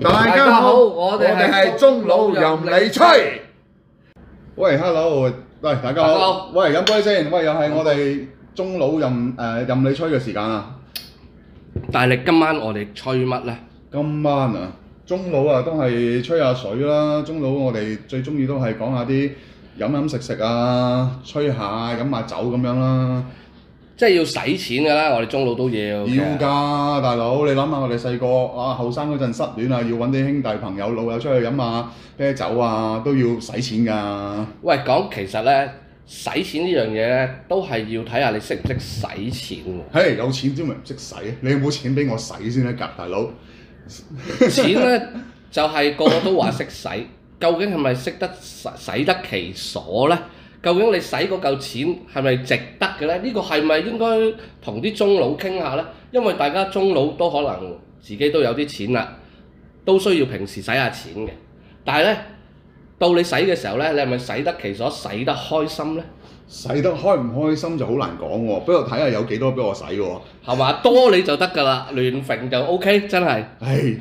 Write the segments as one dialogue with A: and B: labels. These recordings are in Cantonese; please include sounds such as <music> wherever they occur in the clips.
A: 大家好，我哋係中老任你吹。
B: 喂，hello，喂，大家
A: 大家
B: 好
A: 好，
B: 喂，飲杯先，喂，又係我哋中老任誒、呃任你吹嘅時間啊！
C: 但係你今晚我哋吹乜呢？
B: 今晚啊，中老啊都係吹下水啦，中老我哋最中意都係講下啲飲飲食食啊，吹下飲下酒咁樣啦。
C: 即係要使錢㗎啦，我哋中老都要。
B: 要㗎，大佬，你諗下我哋細個啊後生嗰陣失戀啊，要揾啲兄弟朋友老友出去飲下啤酒啊，都要使錢㗎。
C: 喂，講其實呢，使錢呢樣嘢呢，都係要睇下你識唔識使錢喎。
B: 嘿，有錢先咪唔識使，你有冇錢俾我使先得㗎，大佬？
C: 錢呢，就係個個都話識使，究竟係咪識得使使得其所呢？究竟你使嗰嚿錢係咪值得嘅呢？呢個係咪應該同啲中佬傾下呢？因為大家中佬都可能自己都有啲錢啦，都需要平時使下錢嘅。但係呢，到你使嘅時候呢，你係咪使得其所，使得開心呢？
B: 使得開唔開心就好難講喎，不過睇下有幾多俾我使喎。
C: 係嘛？多你就得㗎啦，亂揈就 OK，真係。
B: 唉，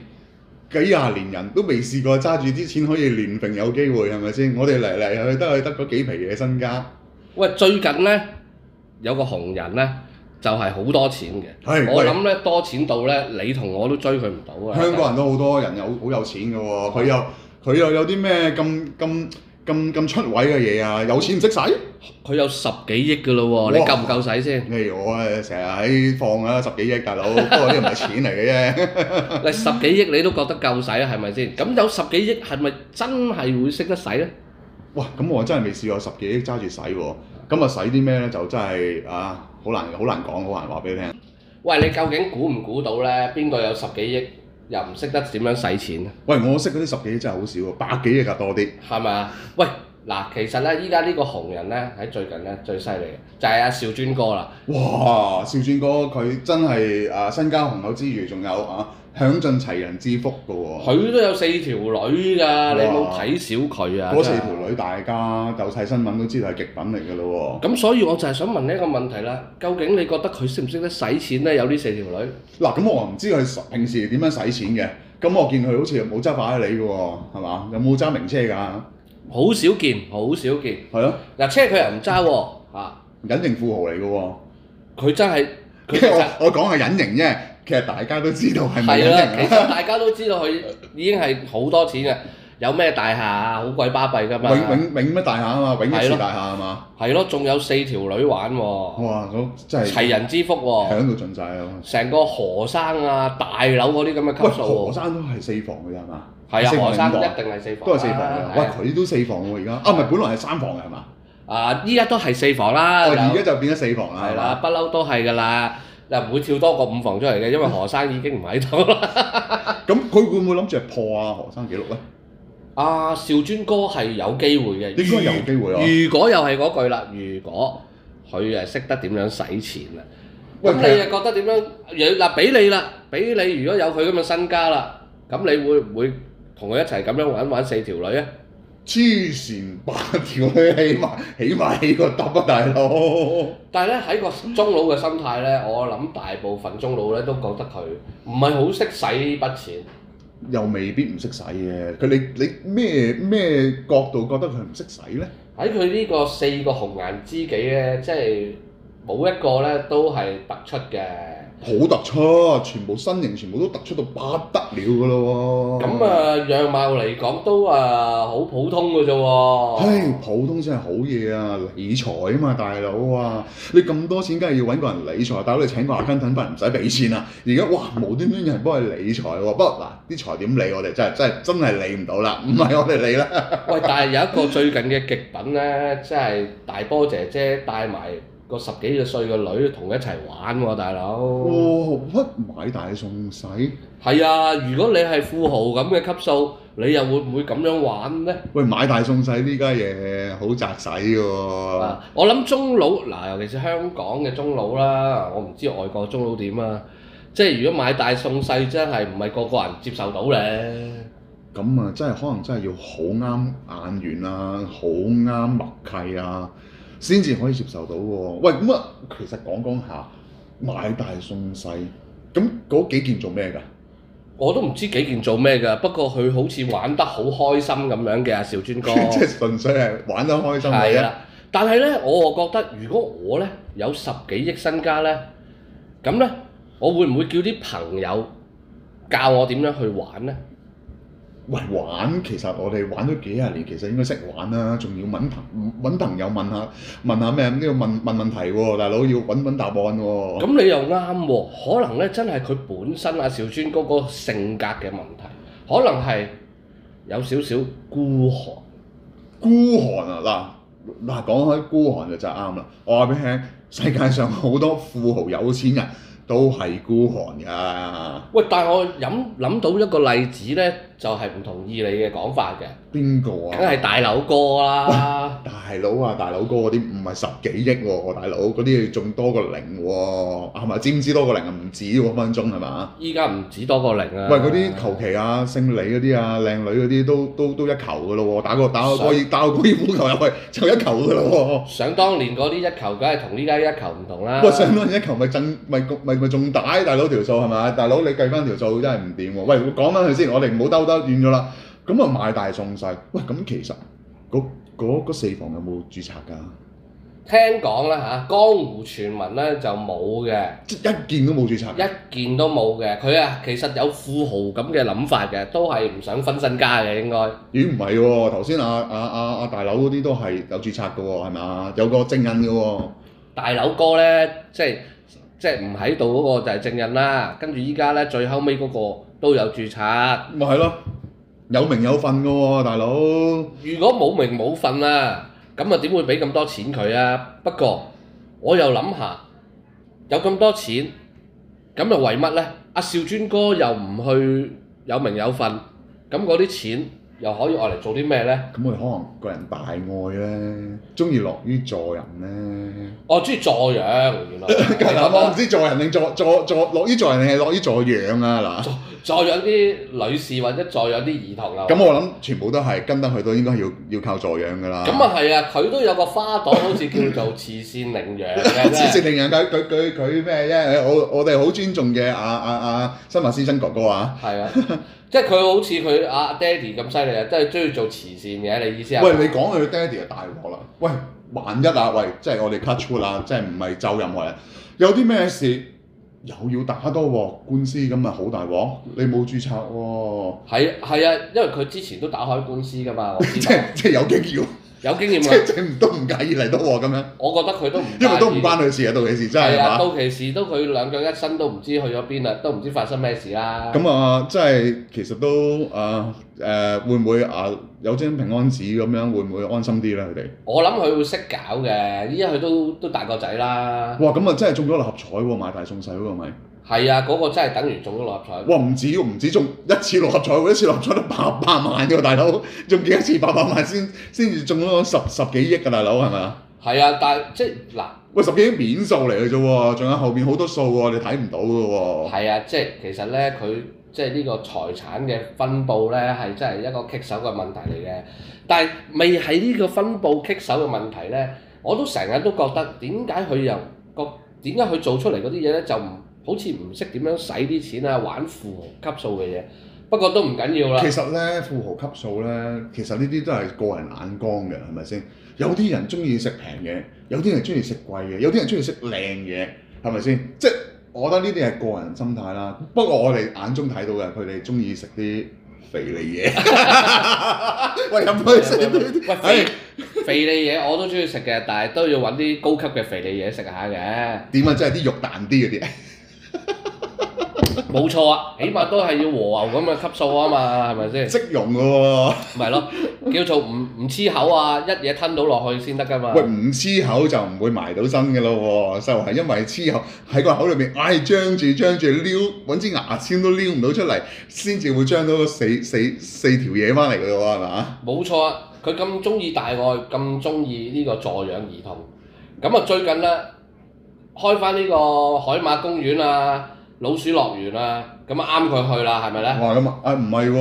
B: 幾廿年人都未試過揸住啲錢可以連揈有機會係咪先？我哋嚟嚟去去都係得嗰幾皮嘢身家。
C: 喂，最近呢，有個紅人呢，就係、好多錢
B: 係
C: 嘅。我
B: 喂
C: 諗呢，多錢到呢，你同我都追佢唔到啊！
B: 香港人都好多人有好有錢嘅喎，佢又佢又有啲咩咁咁咁咁出位嘅嘢啊？有錢唔識使？
C: 佢有十幾億嘅咯
B: 哇
C: 喎，你夠唔夠
B: <laughs>
C: 使先？
B: 譬如我誒成日喺放啊十幾億大佬，不過呢唔係錢嚟嘅啫。
C: 你十幾億你都覺得夠使啊，係咪先？咁有十幾億係咪真係會識得使呢？
B: 哇！咁我真係未試過十幾億揸住使喎，咁啊使啲咩咧？就真係啊，好難好難講，好難話俾你聽。
C: 喂，你究竟估唔估到呢？邊個有十幾億又唔識得點樣使錢啊？
B: 喂，我識嗰啲十幾億真係好少喎，百幾億啊多啲。
C: 係咪啊？喂，嗱，其實呢，依家呢個紅人呢，喺最近呢最犀利嘅就係阿邵尊哥啦。
B: 哇！邵轉哥佢真係啊身家雄厚之餘，仲有啊享盡齊人之福嘅喎。
C: 佢都有四條女㗎，你冇睇小佢啊！
B: 嗰四
C: 真係
B: 條女大家就睇新聞都知道係極品嚟嘅咯
C: 咁所以我就係想問呢一個問題啦，究竟你覺得佢識唔識得使錢呢？有呢四條女，
B: 喎。嗱，咁我唔知佢平時點樣使錢嘅。咁我見佢好似冇揸法拉利嘅喎，係嘛？有冇揸名車㗎？
C: 好少見，好少見。
B: 係咯，
C: 嗱，車佢又唔揸喎，啊
B: 隱形富豪嚟嘅喎。
C: 佢真係佢其實
B: <laughs> 我我講係隱形啫，其實大家都知道係咪
C: 係啦，
B: 隱
C: 其
B: 形啊？
C: 實大家都知道佢已經係好多錢嘅，有咩大廈啊好鬼巴閉㗎嘛。
B: 永永永乜大廈啊嘛，永一
C: 係
B: 次
C: 咯
B: 大廈啊嘛，
C: 係咯，仲有四條女玩喎，
B: 哇！咁真係
C: 齊人之福
B: 響
C: 喎，
B: 到盡晒啊！
C: 成個河生啊大樓嗰啲咁嘅
B: 喂，
C: 級數
B: 何
C: 喎。
B: 生都係四房嘅啫係嘛？
C: 係啊，
B: 四
C: 何
B: 房定
C: 生
B: 五
C: 一
B: 房
C: 定係四房，
B: 都係四房
C: 啊
B: 嘅。
C: 係
B: 喂，
C: 啊
B: 佢都四房喎而家，啊唔係本來係三房嘅係嘛？
C: 啊，依家都係四房啦，
B: 哦，而
C: 就
B: 家就變咗四房啦。
C: 係
B: 係
C: 啦
B: 嘛，，
C: 不嬲都係㗎啦，又唔會跳多過五房出嚟 <laughs> 嘅，因為何生已經唔喺度啦。
B: 咁佢會唔會諗住係破啊何生記錄咧？
C: 啊，邵尊哥係有機會嘅，
B: 應該有機會啊
C: 如果又係嗰句啦，如果佢誒識得點樣使錢啦，
B: 喂
C: 咁
B: 其實
C: 你又覺得點樣？有嗱，俾你啦，俾你如果有佢咁嘅身家啦，咁你會唔會同佢一齊咁樣玩玩四條女啊？
B: 黐線八條佢起碼 <laughs> 起碼起個揼啊大佬！
C: 但係咧喺個中佬嘅心態咧，我諗大部分中佬咧都覺得佢唔係好識使呢筆錢。
B: 又未必唔識使嘅，佢你你咩咩角度覺得佢唔識使咧？
C: 喺佢呢個四個紅顏知己咧，即係冇一個咧都係突出嘅。
B: 好突出，全部身形全部都突出到不得了噶咯喎！
C: 咁，啊，樣貌嚟講都啊好普通嘅啫
B: 唉
C: 喎。，
B: 普通先係好嘢啊！理財啊嘛，大佬啊，你咁多錢，梗係要揾個人理財。大佬你請個 accountant 翻嚟唔使俾錢啊！而家哇，無端端有人幫你理財喎。不過嗱，啲財點理我哋真係真係真係理唔到啦，唔係我哋理啦。
C: <laughs> 喂，但係有一個最近嘅極品咧，即係大波姐姐帶埋個十幾歲嘅女同佢一齊玩喎，大佬。
B: 哇，屈哦買大送細，
C: 係啊，如果你係富豪咁嘅級數，你又會唔會咁樣玩呢？
B: 喂買大送細呢家嘢好窄使嘅喎。
C: 啊！我諗中佬嗱，尤其是香港嘅中佬啦，我唔知外國中佬點啊。即係如果買大送細，真係唔係個個人接受到咧。
B: 咁啊，真係可能真係要好啱眼緣啊，好啱默契啊，先至可以接受到喎、喂，咁啊，其實講講下買大送細，咁嗰幾件做咩㗎？
C: 我都唔知幾件做咩㗎，不過佢好似玩得好開心咁樣嘅阿邵尊哥。
B: <laughs> <laughs> 即係純粹係玩得開心嘅
C: 係啊
B: 啫。
C: 啦，但係咧，我覺得如果我咧有十幾億身家咧，咁咧我會唔會叫啲朋友教我點樣去玩咧？
B: 喂，玩其實我哋玩咗幾廿年，其實應該識玩啦，仲要揾朋揾朋友問下問下咩？呢個問問問題喎，大佬要揾揾答案喎。
C: 咁你又啱喎，可能咧真係佢本身阿小尊哥個性格嘅問題，可能係有少少孤寒。
B: 孤寒啊！嗱嗱講開孤寒就就啱啦。我話俾你聽，世界上好多富豪有錢人都係孤寒㗎。
C: 喂，但係我諗諗到一個例子咧，就係、唔同意你嘅講法嘅，
B: 邊個
C: 梗
B: 啊？
C: 係大佬哥啦。
B: 大佬啊，大佬哥嗰啲唔係十幾億喎、大佬嗰啲仲多過零喎、係咪？知唔知多過零啊？唔止喎，分分鐘係嘛？
C: 依家唔止多個零啊！
B: 喂，嗰啲求其啊，姓李嗰啲啊，靚女嗰啲都都都一球㗎咯喎，打個打個高爾打個高爾夫球入去就一球㗎咯
C: 想當年嗰啲一球，梗係同呢家一球唔同啦。
B: 喎。喂，上到一球咪震咪咪咪仲大，大佬條數係咪？大佬你計翻條數真係唔掂喎。喂，講翻佢先，我哋唔好兜兜遠咗啦。咁啊買大送細，喂咁其實嗰嗰嗰四房有冇註冊㗎？
C: 聽講啦嚇，江湖傳聞咧就冇嘅，
B: 即一件都冇註冊㗎。
C: 一件都冇嘅。佢啊，其實有富豪咁嘅諗法嘅，都係唔想分身家嘅應該。
B: 咦唔係喎，頭先阿啊阿阿阿大佬嗰啲都係有註冊嘅喎，係咪啊？有個證人嘅喎，
C: 大佬哥咧，即係即係唔喺度嗰個就係證人啦。跟住依家咧，最後尾嗰個都有註冊。
B: 咪係咯，有名有份嘅喎，大佬。
C: 如果冇名冇份啊，咁啊點會俾咁多錢佢啊？不過我又諗下，有咁多錢，咁又為乜呢？阿少尊哥又唔去有名有份，咁嗰啲錢又可以愛嚟做啲咩呢？
B: 咁佢可能個人大愛咧，中意樂於助人咧。
C: 我哦中意助養，原來
B: <laughs> 我唔知助人定助助助樂於助人定係樂於助養啊嗱。
C: 助養啲女士或者助養啲兒童啊。
B: 咁我諗全部都係跟得佢都應該要要靠助養㗎啦。
C: 咁啊係啊，佢都有個花朵，好似叫做慈善領養
B: <laughs>
C: 嘅
B: 知
C: 啫
B: 識定人佢佢佢佢咩啫？我我哋好尊重嘅阿阿阿新馬先生哥哥啊！
C: 係啊，即係佢好似佢阿爹哋咁犀利啊，即係中意做慈善嘅。你意思係？
B: 喂，你講佢爹哋就大鑊啦！喂，萬一啊，喂，即係我哋 cut 出啦，即係唔係就任何人，有啲咩事又要打多鑊官司咁啊，好大鑊！你冇註冊喎、 <laughs>
C: 係係啊，因為佢之前都打開官司噶嘛，我
B: <laughs>
C: 知
B: 即
C: 道
B: 係即係有經驗，
C: 有經
B: <laughs>
C: 驗
B: 即
C: 㗎。
B: 係即係唔都唔介意嚟多鑊咁樣，
C: 我覺得佢都唔介意
B: 因為都唔關佢事啊，到其時真係
C: 係啊，
B: 係嘛？
C: 到其時都佢兩腳一伸都唔知去咗邊啦，都唔知發生咩事啦。
B: 咁啊，即係其實都啊誒、會唔會啊有張平安紙咁樣，會唔會安心啲咧？佢哋？
C: 我諗佢會識搞嘅，依家佢都都大個仔啦。
B: 哇，咁啊真係中咗六合彩喎，買大送細嗰個咪？
C: 係啊，嗰、個真係等於中咗六合彩。
B: 哇！唔止唔止中一次六合彩喎，一次六合彩都八百萬嘅喎，大佬中幾多次八百萬先先至中咗十十幾億嘅大佬係咪啊？
C: 係啊，但係即係嗱，
B: 喂，十幾億面數嚟嘅啫喎，仲有後面好多數喎，你睇唔到嘅喎。
C: 係啊，即係其實咧，佢即係呢個財產嘅分佈咧，係真係一個棘手嘅問題嚟嘅。但係未喺呢個分佈棘手嘅問題咧，我都成日都覺得點解佢又個點解佢做出嚟嗰啲嘢咧，就唔好似唔識點樣使啲錢啊，玩富豪級數嘅嘢。不過都唔緊要啦
B: 其。實咧，富豪級數咧，其實呢啲都係個人眼光嘅，係咪先？有啲人中意食平嘢，有啲人中意食貴嘢，有啲人中意食靚嘢，係咪先？即係我覺得呢啲係個人心態啦。不過我哋眼中睇到嘅，佢哋中意食啲肥膩
C: <laughs>
B: 嘢。喂，飲杯先。
C: 喂，
B: 唉
C: 肥肥膩嘢我都中意食嘅，但係都要揾啲高級嘅肥膩嘢食下嘅。
B: 點啊？即係啲肉彈啲嗰啲。
C: <laughs> 冇錯啊，起碼都係要和牛咁嘅級數啊嘛，係咪先？
B: 即溶嘅喎。
C: 咪咯，叫做唔唔黐口啊，一嘢吞到落去先得噶嘛
B: 喂，。唔黐口就唔會埋到身嘅咯喎，就係因為黐口喺個口裏面，唉、張住張住撩，揾支牙籤都撩唔到出嚟，先至會將到四四四條嘢翻嚟嘅喎，係嘛？
C: 冇錯啊，佢咁中意大愛，咁中意呢個助養兒童，咁啊最近咧開翻呢個海馬公園啊、老鼠樂園啊，咁啊啱佢去啦，係咪咧？
B: 哇咁啊，啊唔係喎，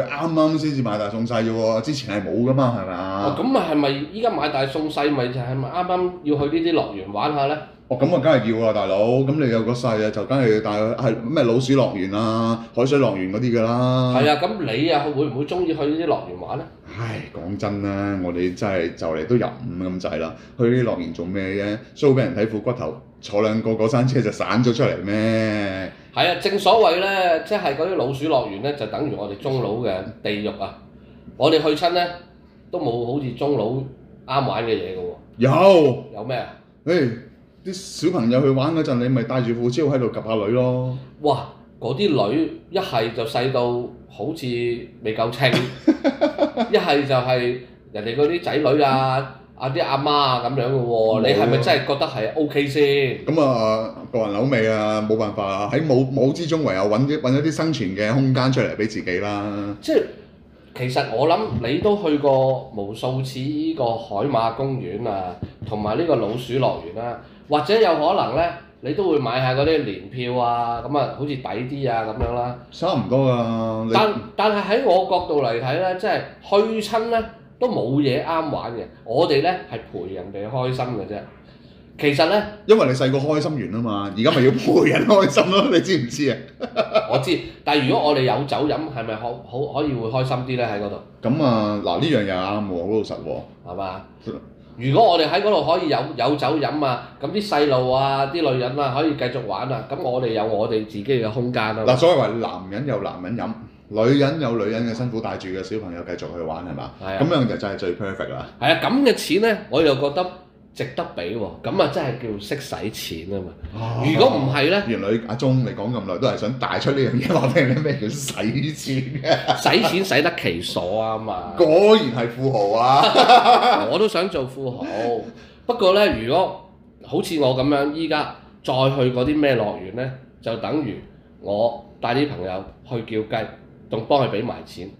B: 佢啱啱先至買大送細啫喎，之前係冇噶嘛，係咪
C: 哦
B: 啊？
C: 咁啊係咪依家買大送細咪就係咪啱啱要去呢啲樂園玩下咧？
B: 哦，咁啊，梗係要啦，大佬。咁你有個細啊，就梗係要帶佢係咩老鼠樂園啊、海水樂園嗰啲㗎啦。
C: 係啊，咁你啊會唔會中意去呢啲樂園玩咧？
B: 唉，講真啦，我哋真係就嚟都入伍咁滯啦，去啲樂園做咩啫？show 俾人睇副骨頭，坐兩個過山車就散咗出嚟咩？
C: 係啊，正所謂咧，即係嗰啲老鼠樂園咧，就等於我哋中佬嘅地獄啊！我哋去親咧都冇好似中佬啱玩嘅嘢嘅喎，
B: 有，
C: 有咩啊？
B: 誒啲小朋友去玩嗰陣，你咪帶住副超喺度及下女咯。
C: 哇！嗰啲女一係就細到好似未夠稱，一係就係人哋嗰啲仔女啊、啊啲阿媽啊咁樣嘅喎，你係咪真係覺得係 O K 先？
B: 咁啊，個人扭尾啊，冇辦法啊，喺冇冇之中唯有揾啲揾一啲生存嘅空間出嚟俾自己啦。
C: 即係其實我諗你都去過無數次呢個海馬公園啊，同埋呢個老鼠樂園啦、或者有可能呢，你都會買下嗰啲年票啊，咁啊好似抵啲啊咁樣啦、
B: 差唔多啊，
C: 但
B: 你
C: 但係喺我角度嚟睇咧，即係去親咧都冇嘢啱玩嘅，我哋咧係陪人哋開心嘅啫。其實咧，
B: 因為你細個開心完啊嘛，而家咪要陪人開心咯，你知唔知啊？
C: 我知，但係如果我哋有酒飲，係咪可好可以會開心啲咧？喺嗰度
B: 咁啊，嗱呢樣嘢啱喎，好老實喎。
C: 係嘛
B: 係？
C: 如果我哋喺嗰度可以有有酒飲啊，咁啲細路啊、啲女人啊可以繼續玩啊，咁我哋有我哋自己嘅空間啊嘛。
B: 嗱，所謂男人有男人飲，女人有女人嘅辛苦帶住嘅小朋友繼續去玩係嘛？
C: 係
B: 咁
C: 啊，
B: 樣就真係最 perfect 啦。
C: 係啊，咁嘅錢咧，我又覺得值得俾喎。咁啊，真係叫識使錢啊嘛。
B: 哦
C: 如果唔係咧，
B: 原來阿鐘你講咁耐都係想帶出呢樣嘢，話俾你聽咩叫使錢
C: <laughs>
B: 嘅，！
C: 使錢使得其所啊嘛
B: 果然係富豪啊！
C: <laughs>
B: <laughs>
C: 我都想做富豪，不過呢，如果好似我咁樣，依家再去嗰啲咩樂園呢，就等於我帶啲朋友去叫雞，仲幫佢俾埋錢，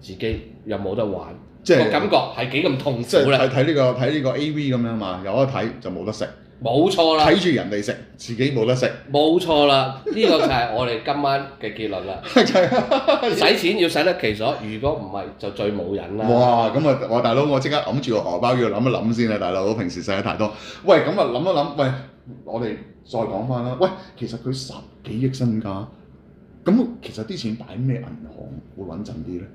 C: 自己又冇得玩，
B: 即
C: 個
B: 係
C: 感覺係幾咁痛
B: 即係
C: 苦
B: 睇
C: 咧！
B: 睇呢個睇呢個 A V 咁樣嘛，有得睇就冇得食，
C: 冇錯啦，
B: 睇住人哋食，自己冇得食，
C: 冇錯啦，呢個就係我哋今晚嘅結論啦。
B: 就 <laughs> 係啊
C: 使錢要使得其所，如果唔係就最冇癮啦。
B: 哇！咁啊，我大佬，我即刻揞住個荷包要諗一諗先啊，大佬，平時使得太多。喂，咁啊諗一諗，喂，我哋再講翻啦。喂，其實佢十幾億身家，咁其實啲錢擺咩銀行會穩陣啲咧？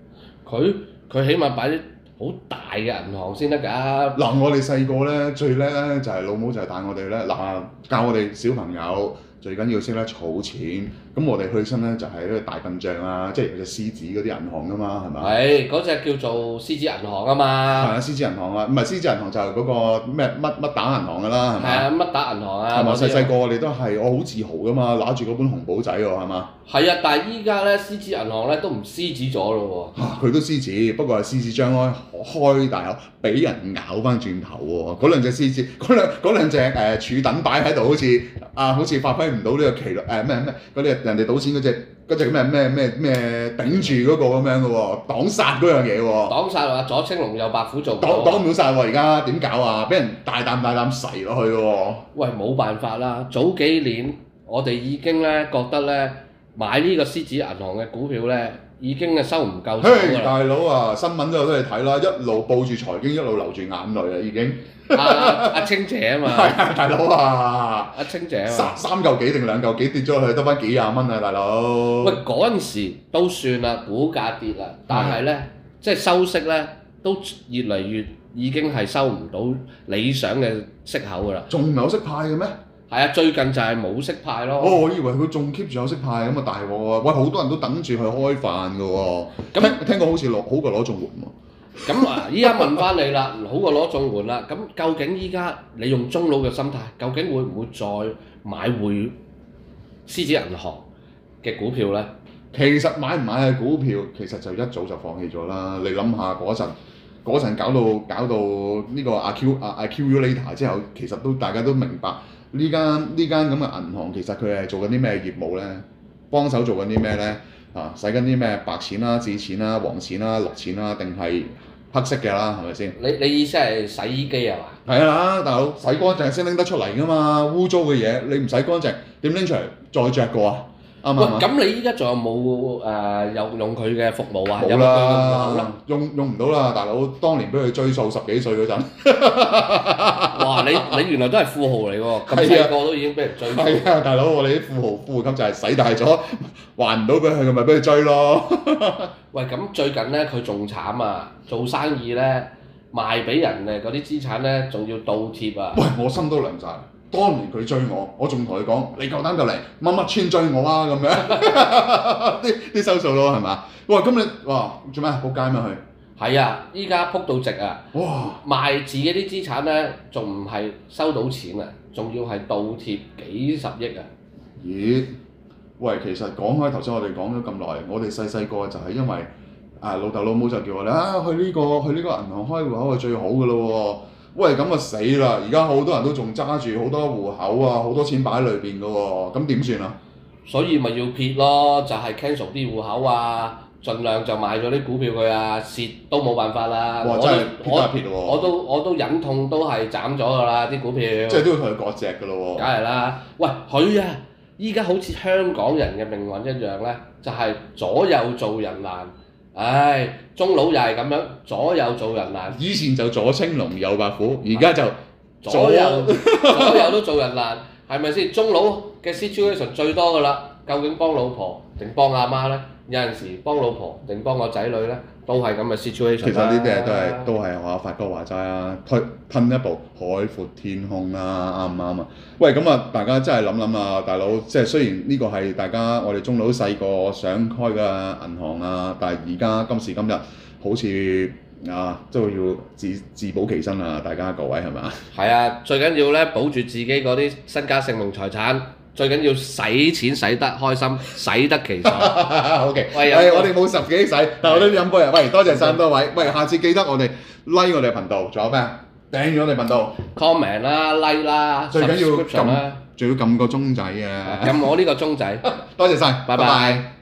C: 佢佢起碼擺啲好大嘅銀行先得㗎。
B: 嗱，我哋細個咧最叻咧就係老母就係帶我哋咧，嗱教我哋小朋友最緊要識得儲錢。咁我哋去身咧就係呢個大笨象啊，即係有隻獅子嗰啲銀行噶啊嘛，係咪？
C: 係嗰只叫做獅子銀行啊
B: 係
C: 嘛，
B: 啊，獅子銀行啊，唔係獅子銀行就係嗰個咩乜乜打銀行噶啦，係
C: 係
B: 咪？
C: 啊，乜打銀行啊，
B: 係嘛？
C: 嗰啲
B: 細細個我哋都係，我好自豪噶嘛，揦住嗰本紅簿仔喎，係嘛？
C: 係啊，但係依家咧獅子銀行咧都唔獅子咗咯
B: 嚇、 <laughs> 佢都獅子，不過係獅子張開開大口，俾人咬翻轉頭喎。嗰兩隻獅子， <laughs> 嗰兩嗰兩隻誒、呃、柱等擺喺度，好似啊，好似發揮唔到呢個奇律誒咩咩嗰啲人哋賭錢嗰只嗰只咩咩咩咩頂住嗰個咁樣嘅喎，擋殺嗰樣嘢
C: 喎，
B: 喎，
C: 擋晒啦，左青龍右白虎做唔
B: 擋擋
C: 到。啊
B: 唔到晒喎，而家點搞啊？俾人大啖大啖噬落去喎。
C: 喂，冇辦法啦，早幾年我哋已經咧覺得咧買呢個獅子銀行嘅股票咧已經係收唔夠手
B: 嘿，
C: 㗎啦。
B: 大佬啊，新聞都有得你睇啦，一路報住財經，一路流住眼淚啊，已經。
C: 阿阿青姐啊
B: 係
C: 嘛，
B: <laughs> 啊，大佬啊，
C: 阿青姐啊嘛
B: 三。三嚿幾定兩嚿幾跌咗落去，得翻幾廿蚊啊，大佬
C: 喂，。嗰陣時都算啦，股價跌啦，但係
B: 嗯
C: 呢，即係收息呢，都越嚟越已經係收唔到理想嘅息口噶啦。
B: 仲有息派嘅咩？
C: 係啊，最近就係冇息派咯。
B: 哦，我以為佢仲 keep 住有息派咁啊，大鑊啊！喂，好多人都等住佢開飯嘅喎。
C: 咁
B: 聽聽講好似攞好過攞綜援喎。
C: 咁啊，依家問翻你啦， <laughs> 好過攞綜援啦。咁究竟依家你用中老嘅心態，究竟會唔會再買匯獅子銀行嘅股票呢？
B: 其實買唔買嘅股票，其實就一早就放棄咗啦。你諗下嗰陣。嗰陣搞到搞到呢個阿 Q 阿 Accumulator 之後，其實都大家都明白呢間呢間咁嘅銀行其實佢係做緊啲咩業務呢？幫手做緊啲咩呢？啊，使緊啲咩白錢啦、紙錢啦、黃錢啦、綠錢啦，定係黑色嘅啦，係咪先？
C: 你你意思係洗衣機係嘛？
B: 係啊，大佬洗乾淨先拎得出嚟噶嘛，污糟嘅嘢你唔洗乾淨點拎出嚟再着過啊？啱唔
C: 喂，
B: 啱啊？
C: 咁你依家仲有冇誒有用佢嘅服務啊？有
B: 冇
C: 冇佢嘅服務啦？
B: 啦，用用唔到啦，大佬，當年俾佢追數十幾歲嗰陣， <laughs>
C: <laughs> 哇！你你原來都係富豪嚟喎，咁
B: 係啊
C: 細個都已經俾人追過。
B: 係啊，大佬，我哋啲富豪富豪級就係使大咗， <laughs> 還唔到俾佢，佢咪俾佢追咯。
C: 喂，咁最近咧佢仲慘啊！做生意咧賣俾人誒嗰啲資產咧，仲要倒貼
B: <laughs>
C: 啊！
B: 喂，我心都涼晒。當年佢追我，我仲同佢講：你夠膽就嚟乜乜村追我啊！咁 <laughs> 樣啲啲收數咯，係嘛？哇！咁你哇做咩？仆街咩佢？
C: 係啊，依家撲到直啊！
B: 哇！
C: 賣自己啲資產咧，仲唔係收到錢啊？仲要係倒貼幾十億啊！
B: 咦？喂，其實講開頭先，我哋講咗咁耐，我哋細細個就係因為啊老豆老母就叫我哋啊去呢、個去呢個銀行開戶口係最好嘅咯喎。喂，咁啊死啦！而家好多人都仲揸住好多戶口啊，好多錢擺喺裏邊嘅喎，咁點算啊？
C: 所以咪要撇咯，就係、cancel 啲戶口啊，盡量就買咗啲股票佢啊，蝕都冇辦法啦。
B: 哇！
C: 我
B: 真係
C: 都
B: 撇得
C: 我
B: 撇喎，
C: 我都我都忍痛都係斬咗㗎啦，啲股票。
B: 即係都要同佢割席嘅咯
C: 梗
B: 喎。
C: 係啦，喂佢啊，依家好似香港人嘅命運一樣呢，就係、左右做人難。唉，中佬又係咁樣，左右做人難，
B: 以前就左青龍右白虎，而家就
C: 左
B: <laughs>
C: 右左右都做人難，係咪先？中佬嘅 situation 最多㗎啦，究竟幫老婆定幫阿媽呢？有陣時幫老婆定幫個仔女呢，都係咁嘅 situation
B: 其實呢啲嘢都
C: 啦
B: 係都係我發哥話齋啊，推噴一步海闊天空啦，啱唔啱啊？喂，咁啊，大家真係諗諗啊，大佬，即係雖然呢個係大家我哋中老細個想開嘅銀行啊，但係而家今時今日好似啊都要自自保其身啊，大家各位係咪啊？
C: 係啊，最緊要咧保住自己嗰啲身家性命財產，最緊要使錢使得開心，使得其所。
B: <laughs> O K，
C: 喂
B: 喂，
C: 有
B: 啊哎我哋冇十幾使，但我都飲杯啊！喂，多謝晒咁多位，喂，下次記得我哋 like 我哋頻道，仲有咩啊？訂閱我哋頻道，
C: comment 啦、like 啦、
B: 最緊要
C: subscription 啦，
B: 仲要撳個鐘仔啊！
C: 撳我呢個鐘仔，
B: <laughs> 多謝晒，
C: 拜
B: 拜
C: 拜
B: 拜。